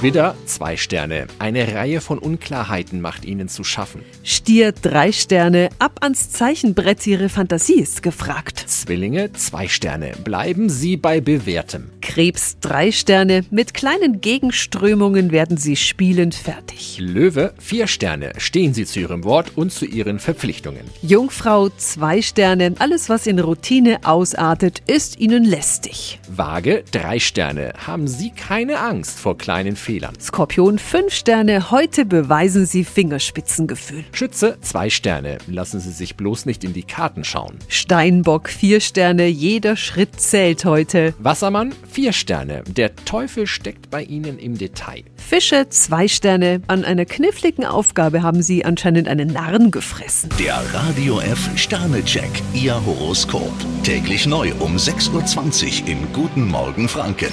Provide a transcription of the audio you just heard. Widder, zwei Sterne. Eine Reihe von Unklarheiten macht Ihnen zu schaffen. Stier drei Sterne, ab ans Zeichenbrett, Ihre Fantasie ist gefragt. Zwillinge, zwei Sterne. Bleiben Sie bei Bewährtem. Krebs drei Sterne, mit kleinen Gegenströmungen werden Sie spielend fertig. Löwe, vier Sterne. Stehen Sie zu Ihrem Wort und zu Ihren Verpflichtungen. Jungfrau zwei Sterne, alles was in Routine ausartet, ist Ihnen lästig. Waage, drei Sterne. Haben Sie keine Angst vor kleinen Fehlern. Skorpion fünf Sterne, heute beweisen Sie Fingerspitzengefühl. Schütze, zwei Sterne. Lassen Sie sich bloß nicht in die Karten schauen. Steinbock vier Sterne, jeder Schritt zählt heute. Wassermann, vier Sterne. Der Teufel steckt bei Ihnen im Detail. Fische zwei Sterne, an einer kniffligen Aufgabe haben Sie anscheinend einen Narren gefressen. Der Radio F Sternecheck, Ihr Horoskop. Täglich neu um 6.20 Uhr im Guten Morgen Franken.